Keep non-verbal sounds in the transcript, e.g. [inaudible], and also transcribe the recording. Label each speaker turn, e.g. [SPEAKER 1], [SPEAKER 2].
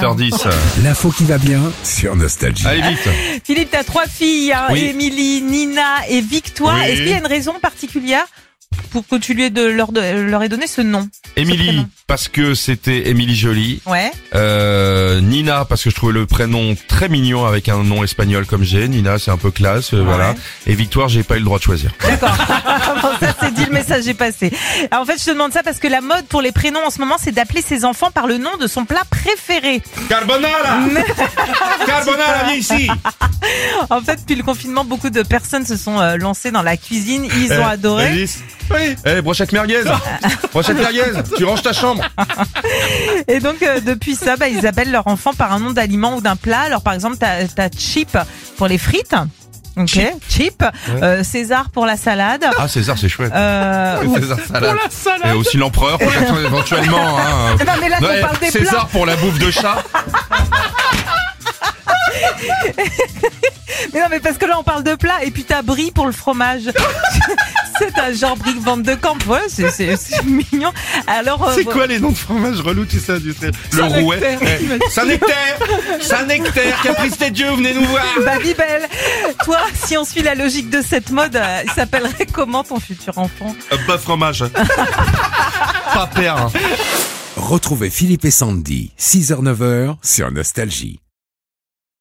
[SPEAKER 1] 8h10.
[SPEAKER 2] L'info qui va bien sur Nostalgie.
[SPEAKER 1] Allez vite.
[SPEAKER 3] Philippe, t'as trois filles, hein,
[SPEAKER 1] Oui.
[SPEAKER 3] Émilie, Nina et Victoire.
[SPEAKER 1] Oui.
[SPEAKER 3] Est-ce qu'il y a une raison particulière pour que tu lui aies de leur, de- leur aies donné ce nom
[SPEAKER 1] Émilie,
[SPEAKER 3] prénom.
[SPEAKER 1] parce que c'était Émilie Jolie.
[SPEAKER 3] Ouais.
[SPEAKER 1] Euh, Nina, parce que je trouvais le prénom très mignon avec un nom espagnol comme j'ai. Nina, c'est un peu classe, euh,
[SPEAKER 3] Ouais.
[SPEAKER 1] voilà. Et Victoire, j'ai pas eu le droit de choisir.
[SPEAKER 3] D'accord. [laughs] Bon, ça, c'est dit, le message est passé. Alors, en fait, je te demande ça parce que la mode pour les prénoms en ce moment, c'est d'appeler ses enfants par le nom de son plat préféré. [laughs]
[SPEAKER 1] Carbonara Carbonara, viens ici
[SPEAKER 3] En fait, depuis le confinement, beaucoup de personnes se sont euh, lancées dans la cuisine. Ils
[SPEAKER 1] Euh,
[SPEAKER 3] ont adoré.
[SPEAKER 1] Oui. Eh, brochette merguez
[SPEAKER 3] [laughs]
[SPEAKER 1] Brochette merguez Tu ranges ta chambre
[SPEAKER 3] Et donc, euh, depuis ça, bah, ils appellent leur enfant par un nom d'aliment ou d'un plat. Alors, par exemple, t'as as Chip pour les frites. Ok, Chip. Euh, César pour la salade.
[SPEAKER 1] Ah, César, c'est chouette. [laughs]
[SPEAKER 3] Euh, ou-
[SPEAKER 1] César, salade. Et aussi l'empereur, peut-être, éventuellement. Hein.
[SPEAKER 3] Non, mais là,
[SPEAKER 1] Non,
[SPEAKER 3] [laughs] on
[SPEAKER 1] eh,
[SPEAKER 3] parle des
[SPEAKER 1] César
[SPEAKER 3] plats.
[SPEAKER 1] pour la bouffe de chat.
[SPEAKER 3] Mais non, mais parce que là, on parle de plats. Et puis, t'as Brie pour le fromage.
[SPEAKER 1] [laughs]
[SPEAKER 3] c'est un genre Brie Vente de Camp. Ouais, c'est- c'est c'est mignon. Alors, euh,
[SPEAKER 1] C'est
[SPEAKER 3] vo-
[SPEAKER 1] quoi les noms de fromage relou, tu sais, tu sais Le rouet. Eh, Saint-Nectaire Saint-Nectaire, Caprice des Dieux, venez nous voir
[SPEAKER 3] Babybel, bah, toi, si on suit la logique de cette mode, euh, il s'appellerait comment ton futur enfant
[SPEAKER 1] Euh, Bas fromage. Pas père. hein.
[SPEAKER 2] Retrouvez Philippe et Sandy, 6h-9h sur Nostalgie.